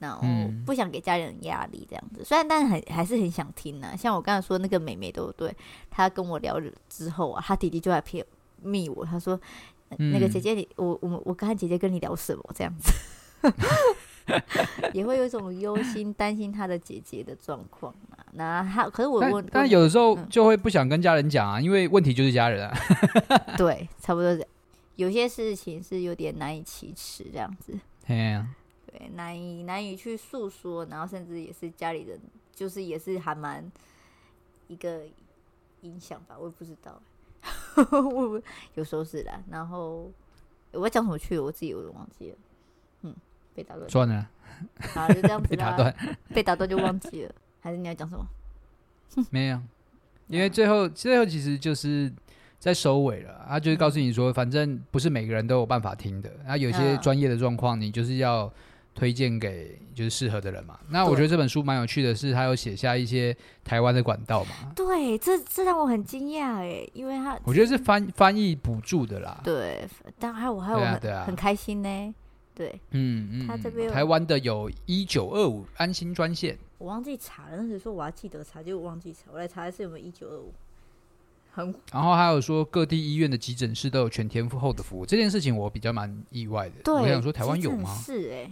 C: 然后
B: 嗯
C: 不想给家人压力这样子。虽然，但很还是很想听啊。像我刚才说那个妹妹，对不对？她跟我聊了之后啊，她弟弟就来骗密我，她说。呃那个
B: 嗯
C: 姐姐你，我我们我刚才姐姐跟你聊什么这样子？ 也会有一种忧心、担心他的姐姐的状况嘛。那他可是我嗯
B: 但
C: 问，
B: 但有的时候就会不想跟家人讲啊，因为问题就是家人啊。
C: 对，差不多是有些事情是有点难以启齿这样子，
B: 哎呀，
C: 对，难以难以去诉说，然后甚至也是家里人，就是也是还蛮一个影响吧，我也不知道， 我不有时候是啦。然后我要讲什么去了，我自己我都忘记了，嗯，被打断，
B: 算了，
C: 好，就这样 子
B: 被打
C: 啦，
B: 断
C: 被打断就忘记了，还是你要 讲什么？
B: 没有，因为最后最后其实就是。在收尾了，他就是告诉你说，反正不是每个人都有办法听的，那有些
C: 嗯
B: 专业的状况，你就是要推荐给就是适合的人嘛。那我
C: 对
B: 觉得这本书蛮有趣的是，他有写下一些台湾的管道嘛，
C: 对，这这让我很惊讶哎，因为他
B: 我觉得是翻翻译补助的啦。
C: 对，但还有我还有我
B: 对啊
C: 很、
B: 对啊
C: 很开心呢，对
B: 嗯嗯，
C: 他这边有
B: 台湾的有一九二五安心专线，
C: 我忘记查了，那时说我要记得查，结果我忘记查，我来查一次有没有一九二五，很
B: 然后还有说各地医院的急诊室都有全天候的服务，这件事情我比较蛮意外的。
C: 对，
B: 我想说台湾有吗？
C: 是哎，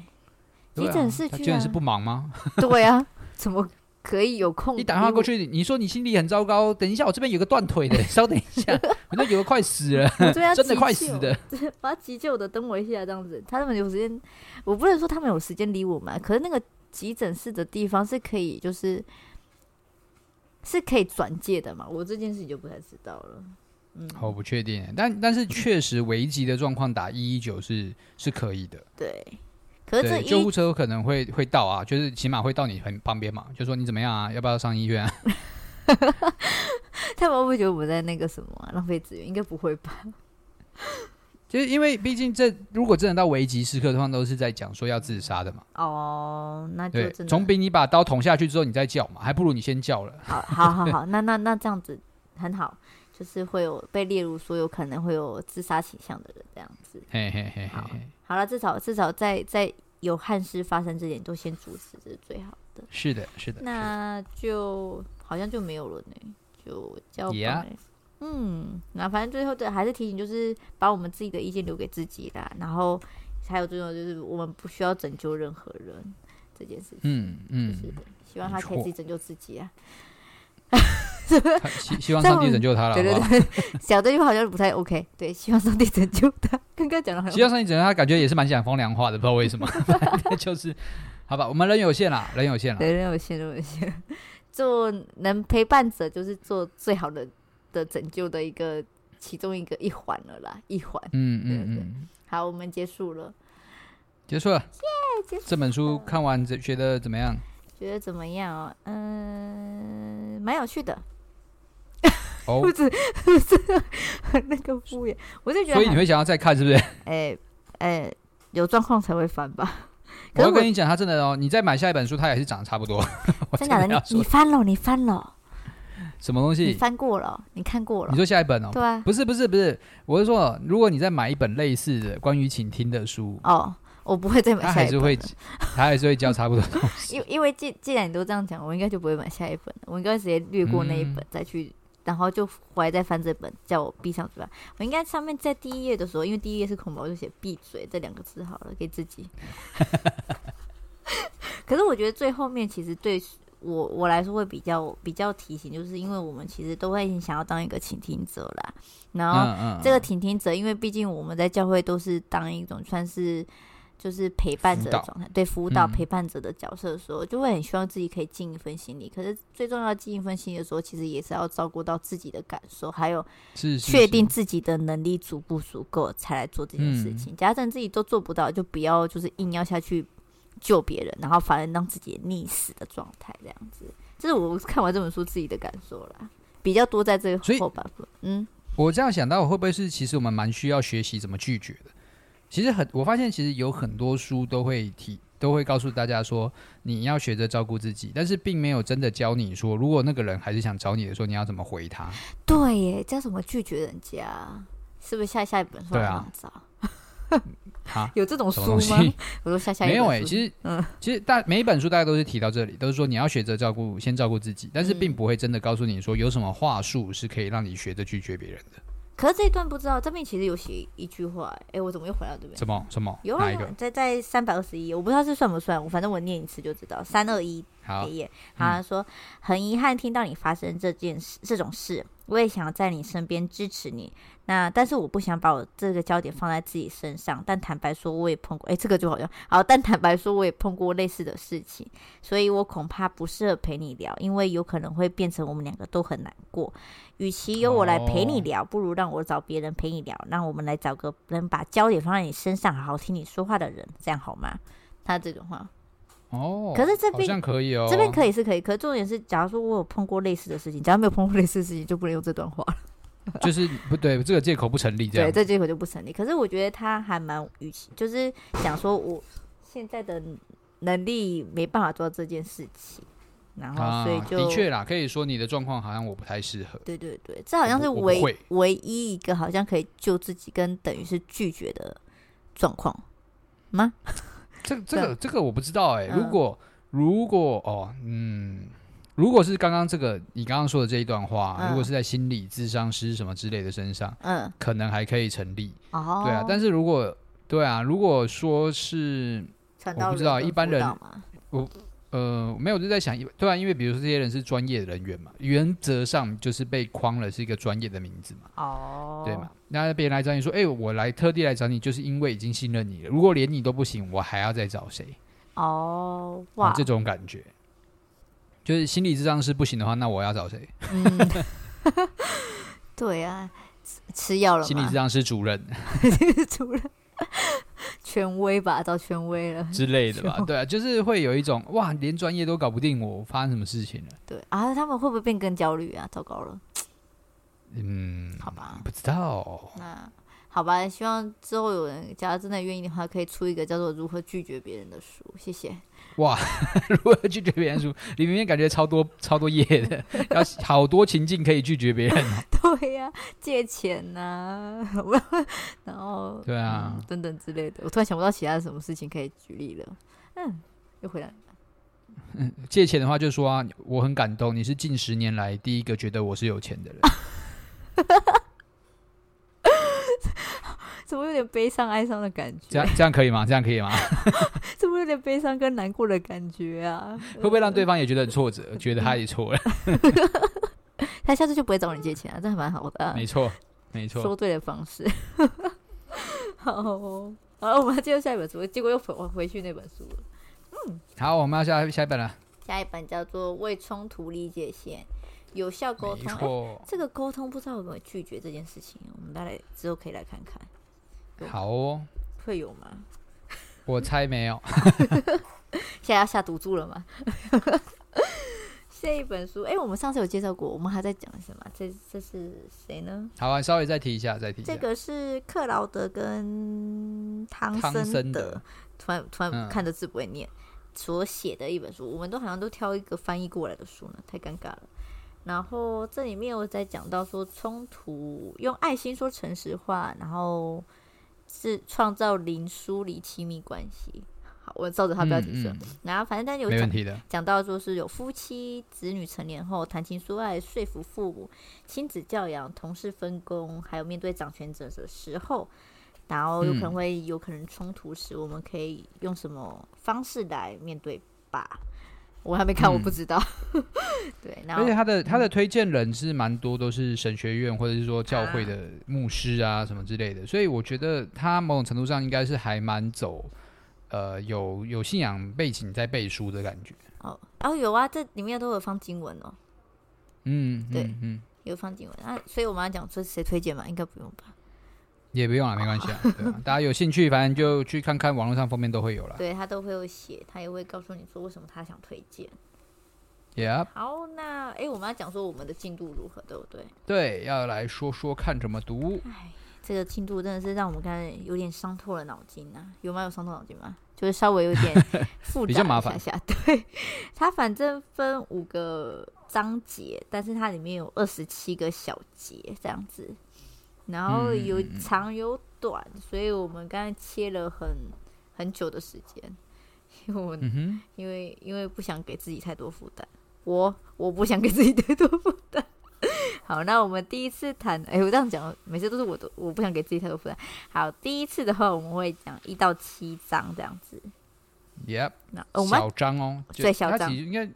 B: 对
C: 急
B: 啊
C: 诊室
B: 他急
C: 居
B: 诊
C: 然
B: 室不忙吗？
C: 对啊，怎么可以有空？
B: 你打电话过去，你说你心里很糟糕，等一下我这边有个断腿 的，稍等一下，我这有个快死了，
C: 我这边要
B: 真的
C: 急
B: 快
C: 救
B: 死 的，
C: 我要急救的，等我一下，这样子。他们有时间，我不能说他们有时间理我们，可是那个急诊室的地方是可以，就是是可以转介的嘛。我这件事情就不太知道了。嗯，
B: 我不确定，但但是确实危急的状况打一一九是是可以的。
C: 对。可是这
B: 对，
C: 一
B: 救护车可能会会到啊，就是起码会到你很旁边嘛，就说你怎么样啊，要不要上医院啊？
C: 他们会不会觉得我们在那个什么啊、浪费资源？应该不会吧？
B: 就是因为毕竟这如果真的到危急时刻，通常都是在讲说要自杀的嘛。
C: 哦，那就
B: 对，
C: 真的
B: 总比你把刀捅下去之后你再叫嘛，还不如你先叫了。
C: 好，好，好，好，那那那这样子很好，就是会有被列入所有可能会有自杀倾向的人这样子。
B: 嘿嘿嘿嘿
C: 好
B: 嘿，
C: 好了，至少至少在在有憾事发生之前都先阻止，这是最好的。
B: 是的，是的。
C: 那就好像就没有了呢，就交棒
B: Yeah
C: 了。嗯，那反正最后的还是提醒，就是把我们自己的意见留给自己啦。然后还有最重要的就是，我们不需要拯救任何人这件事情。
B: 嗯嗯
C: 是，的，希望他
B: 没
C: 可以自己
B: 错
C: 拯救自己啊。
B: 他 希希望
C: 在我
B: 上帝拯救他了，好
C: 对对
B: 不啊好？
C: 对， 讲这句话好像不太 OK。对，希望上帝拯救他。刚刚讲的很
B: 希望上帝拯救他，感觉也是蛮想风凉话的，不知道为 什么。就是，好吧，我们人有限啦，人有限啦。
C: 对，任我先，任我先， 做能陪伴者就是做最好的的拯救的一个其中一个一环了啦，一环。
B: 嗯嗯
C: 对对
B: 嗯，
C: 好，我们结束了，
B: 结束了。
C: 结束
B: 这本书看完这觉得怎么样？
C: 觉得怎么样哦？嗯，蛮有趣的，
B: 哦
C: 不，是不是那个敷衍，我是觉
B: 所以你
C: 得还，
B: 会想要再看，是不是？
C: 哎哎，有状况才会翻吧？
B: 我
C: 可是
B: 要
C: 我
B: 跟你讲，他真的哦，你再买下一本书，它也是长得差 不多。我
C: 真假的，
B: 要
C: 你
B: 说
C: 你翻了，你翻了，
B: 什么东
C: 你
B: 西？
C: 翻过了，你看过了
B: 你，说下一本哦？
C: 对啊，
B: 不是不是不是，我是说，如果你再买一本类似的关于倾听的书，
C: 哦，我不会再买
B: 它
C: 下
B: 还
C: 一
B: 是
C: 本
B: 会
C: 了。，
B: 它还是会教差不多的东西。
C: 因因为既既然你都这样讲，我应该就不会买下一本了，我应该直接略过那一本、
B: 嗯
C: 再去，然后就回来再翻这本，叫我闭上嘴巴。我应该上面在第一页的时候，因为第一页是空白，我就写“闭嘴”这两个字好了，给 自己。可是我觉得最后面其实对我我来说会比较比较提醒，就是因为我们其实都会想要当一个倾听者啦，然后
B: 嗯
C: 这个倾听者，因为毕竟我们在教会都是当一种算是就是陪伴者
B: 辅
C: 的
B: 导
C: 状态，对辅导
B: 嗯
C: 陪伴者的角色的时候，就会很希望自己可以尽一份心力。可是最重要的尽一份心力的时候，其实也是要照顾到自己的感受，还有
B: 是是
C: 确定
B: 是
C: 自己的能力足不足够才来做这件事
B: 嗯
C: 情。假设你自己都做不到，就不要就是硬要下去救别人，然后反而让自己溺死的状态这样子。这是我看完这本书自己的感受啦，比较多在这
B: 所以
C: 后半部分。嗯，
B: 我这样想到，会不会是其实我们蛮需要学习怎么拒绝的？其实很，我发现其实有很多书都会提，都会告诉大家说你要学着照顾自己，但是并没有真的教你说，如果那个人还是想找你的时候，你要怎么回他？
C: 对耶，叫什么拒绝人家？是不是下下一本书
B: 对
C: 很
B: 啊
C: 难找？
B: 啊，
C: 有这种
B: 什么
C: 书
B: 东
C: 吗
B: 西？
C: 我说下 下一
B: 没
C: 本
B: 有
C: 书
B: 哎、其实
C: 嗯
B: 其实大每一本书大家都是提到这里，都是说你要学着照顾，先照顾自己，但是并不会真的告诉你说有什么话术是可以让你学着拒绝别人的。
C: 可是这一段不知道，这边其实有写一句话、哎、我怎么又回到这边？
B: 什么什么
C: 有
B: 哪
C: 啊
B: 一个？，
C: 在在三百二十一，我不知道这算不算，我反正我念一次就知道，三二一
B: 好
C: 黑，夜。他说：“很遗憾听到你发生这件事这种事，我也想在你身边支持你。那但是我不想把我这个焦点放在自己身上。但坦白说，我也碰过，诶，哎这个就好像好。但坦白说，我也碰过类似的事情，所以我恐怕不适合陪你聊，因为有可能会变成我们两个都很难过。与其由我来陪你
B: 哦
C: 聊，不如让我找别人陪你聊，让我们来找个能把焦点放在你身上，好好听你说话的人，这样好吗？”他这种话，
B: 哦，
C: 可是这
B: 好
C: 边
B: 像可以哦，
C: 这边可以是可以，可是重点是，假如说我有碰过类似的事情，只要没有碰过类似的事情，就不能用这段话了。
B: 就是不对，这个借口不成立，这
C: 对，
B: 样
C: 这借口就不成立。可是我觉得他还蛮与其，就是想说我现在的能力没办法做这件事情，然后所以就、
B: 啊的确啦，可以说你的状况好像我不太适合。
C: 对对对，这好像是
B: 我不
C: 唯
B: 会
C: 唯一一个好像可以救自己跟等于是拒绝的状况吗？
B: 这这个这个我不知道哎、
C: 嗯
B: 如果、如果哦嗯，如果是刚刚这个你刚刚说的这一段话，
C: 嗯
B: 如果是在心理智商师什么之类的身上，
C: 嗯，
B: 可能还可以成立。
C: 哦，
B: 对啊，但是如果对啊，如果说是
C: 传
B: 我
C: 道
B: 不知道
C: 跟
B: 一般
C: 辅
B: 人
C: 导嘛
B: 呃没有就在想，对啊，因为比如说这些人是专业人员嘛，原则上就是被框了是一个专业的名字嘛。
C: 哦，
B: 对嘛？那别人来找你说，哎、我来特地来找你，就是因为已经信任你了。如果连你都不行，我还要再找谁？
C: 哦，哇，
B: 这种感觉，就是心理智障是不行的话，那我要找谁？
C: 嗯， 对啊，吃吃药了
B: 心理
C: 吗
B: 智？障是主任
C: 除了权威吧，到权威了。
B: 之类的 吧？对啊，就是会有一种哇，连专业都搞不定我，发生什么事情了？
C: 对啊，他们会不会变更焦虑啊？糟糕了，
B: 嗯，
C: 好吧，
B: 不知道。
C: 那好吧，希望之后有人，假如真的愿意的话，可以出一个叫做《如何拒绝别人》的书。谢谢。
B: 如何拒绝别人说，里面感觉超多超多页的， 要好多情境可以拒绝别人。
C: 对呀、借钱呐、 然后
B: 对啊
C: 嗯等等之类的。我突然想不到其他什么事情可以举例了。嗯，又回来了。
B: 借钱的话，就说啊，我很感动，你是近十年来第一个觉得我是有钱的人。
C: 怎么有点悲伤、哀伤的感
B: 这
C: 觉？
B: 样这样可以吗？这样可以吗？
C: 怎么有点悲伤跟难过的感觉啊？
B: 会不会让对方也觉得很挫
C: 嗯
B: 折，觉得他也错 了？
C: 他下次就不会找你借钱了、这还蛮好的啊、
B: 没错，没错。
C: 说对的方式。 好哦、好了，我们要进入下一本书，结果又回回去那本书了。
B: 好，我们要下下一本了。
C: 下一本叫做《为冲突立界线：有效沟
B: 没
C: 通》哎
B: 错，
C: 这个沟通不知道有没有拒绝这件事情，啊我们大概之后可以来看看，
B: 好哦，
C: 会有吗？
B: 我猜没有。
C: 现在要下赌注了吗？ 下一本书，哎、我们上次有介绍过，我们还在讲什么？这这是谁呢？
B: 好啊，稍微再提一下，再提一下
C: 这。个是克劳德跟汤
B: 汤
C: 森
B: 森
C: 德
B: 的，
C: 突然突然
B: 嗯
C: 看着字不会念，所写的一本书，我们都好像都挑一个翻译过来的书呢，太尴尬了。然后这里面我在讲到说冲突，用爱心说诚实话，然后是创造零疏离亲密关系。好，我照着他标题
B: 嗯
C: 说，
B: 嗯
C: 然后反正但有
B: 没
C: 讲
B: 问题的。
C: 讲到说是有夫妻、子女成年后谈情说爱、说服父母、亲子教养、同事分工，还有面对掌权者的时候，然后有可能
B: 嗯
C: 会有可能冲突时，我们可以用什么方式来面对吧？我还没看，我不
B: 嗯
C: 知道。 对，然
B: 而且
C: 后嗯
B: 他的他的推荐人是蛮多，都是神学院或者是说教会的牧师啊什么之类的，所以我觉得他某种程度上应该是还蛮走，呃，有有信仰背景在背书的感觉。
C: 哦哦有啊，这里面都有放经文哦，
B: 嗯，
C: 对
B: 嗯嗯，
C: 有放经文啊，所以我们要讲说谁推荐嘛，应该不用吧？
B: 也不用了，没关系啊。对啊，大家有兴趣，反正就去看看网络上封面都会有了。
C: 对他都会有写，他也会告诉你说为什么他想推荐。
B: Yeah。
C: 好，那诶，我们要讲说我们的进度如何，对不对？
B: 对，要来说说看怎么读。
C: 唉，哎这个进度真的是让我们刚才有点伤透了脑筋啊！有吗？有伤透脑筋吗？就是稍微有 点复杂
B: 比较麻
C: 一下
B: 烦
C: 下。对，它反正分五个章节，但是它里面有二十七个小节这样子，然后
B: 嗯
C: 有
B: 嗯嗯
C: 长有短，所以我们刚才切了很很久的时间，因为我们
B: 嗯哼，
C: 因为因为不想给自己太多负担，我我不想给自己太多负担。 好，那我们第一次谈，哎，我这样讲，每次都是我都我不想给自己太多负担。好，第一次的话，我们会讲一到七章这样子。
B: Yep，
C: 那我们
B: 小张哦，就
C: 对小
B: 它
C: 张
B: 其实应该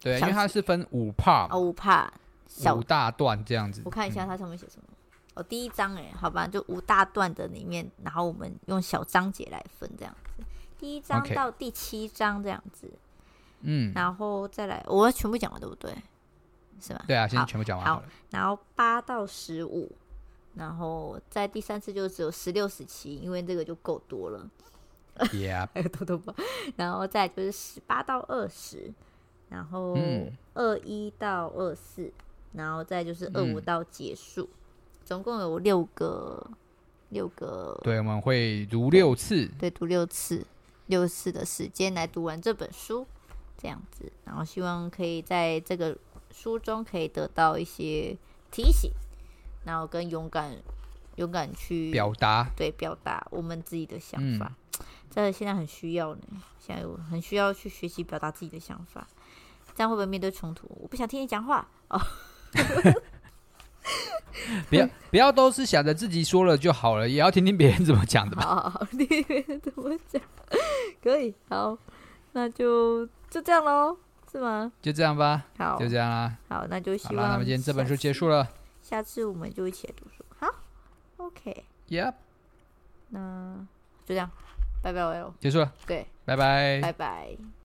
B: 对啊，
C: 小
B: 因为它是分五 part，嘛
C: 哦，我怕小
B: 五大段这样子。
C: 我看一下
B: 嗯
C: 它上面写什么。哦，第一章哎，好吧，就五大段的里面，然后我们用小章节来分这样子，第一章
B: OK
C: 到第七章这样子
B: 嗯，
C: 然后再来，我要全部讲完对不对？是吧？
B: 对啊，先
C: 好
B: 全部讲完
C: 好
B: 好了。
C: 然后八到十五，然后在第三次就只有十六、十七，因为这个就够多了，
B: Yep，
C: 还有多多包，然后再来就是十八到二十，然后
B: 嗯
C: 二一到二四，然后再就是二
B: 嗯
C: 五到结束，总共有六个六个
B: 对，我们会读六 次。
C: 对，读六次，六次的时间来读完这本书，这样子，然后希望可以在这个书中可以得到一些提醒，然后跟勇敢，勇敢去
B: 表达，
C: 对表达我们自己的想
B: 嗯
C: 法，这现在很需要呢，现在我很需要去学习表达自己的想法，这样会不会面对冲突？我不想听你讲话哦，
B: 不要不要都是想着自己说了就好了，也要听听别人怎么讲的吧。
C: 好好好，你 怎么讲？可以，好，那就就这样喽，是吗？
B: 就这样吧，
C: 好，
B: 就这样啦。
C: 好，那就
B: 好
C: 希
B: 啦，那
C: 望
B: 么今天这本书
C: 下
B: 结
C: 次
B: 束，了。
C: 下次我们就一起来读书。好，OK，
B: Yep，
C: 那就这样，拜拜喽。
B: 结束了，
C: 对，
B: 拜拜
C: 拜拜。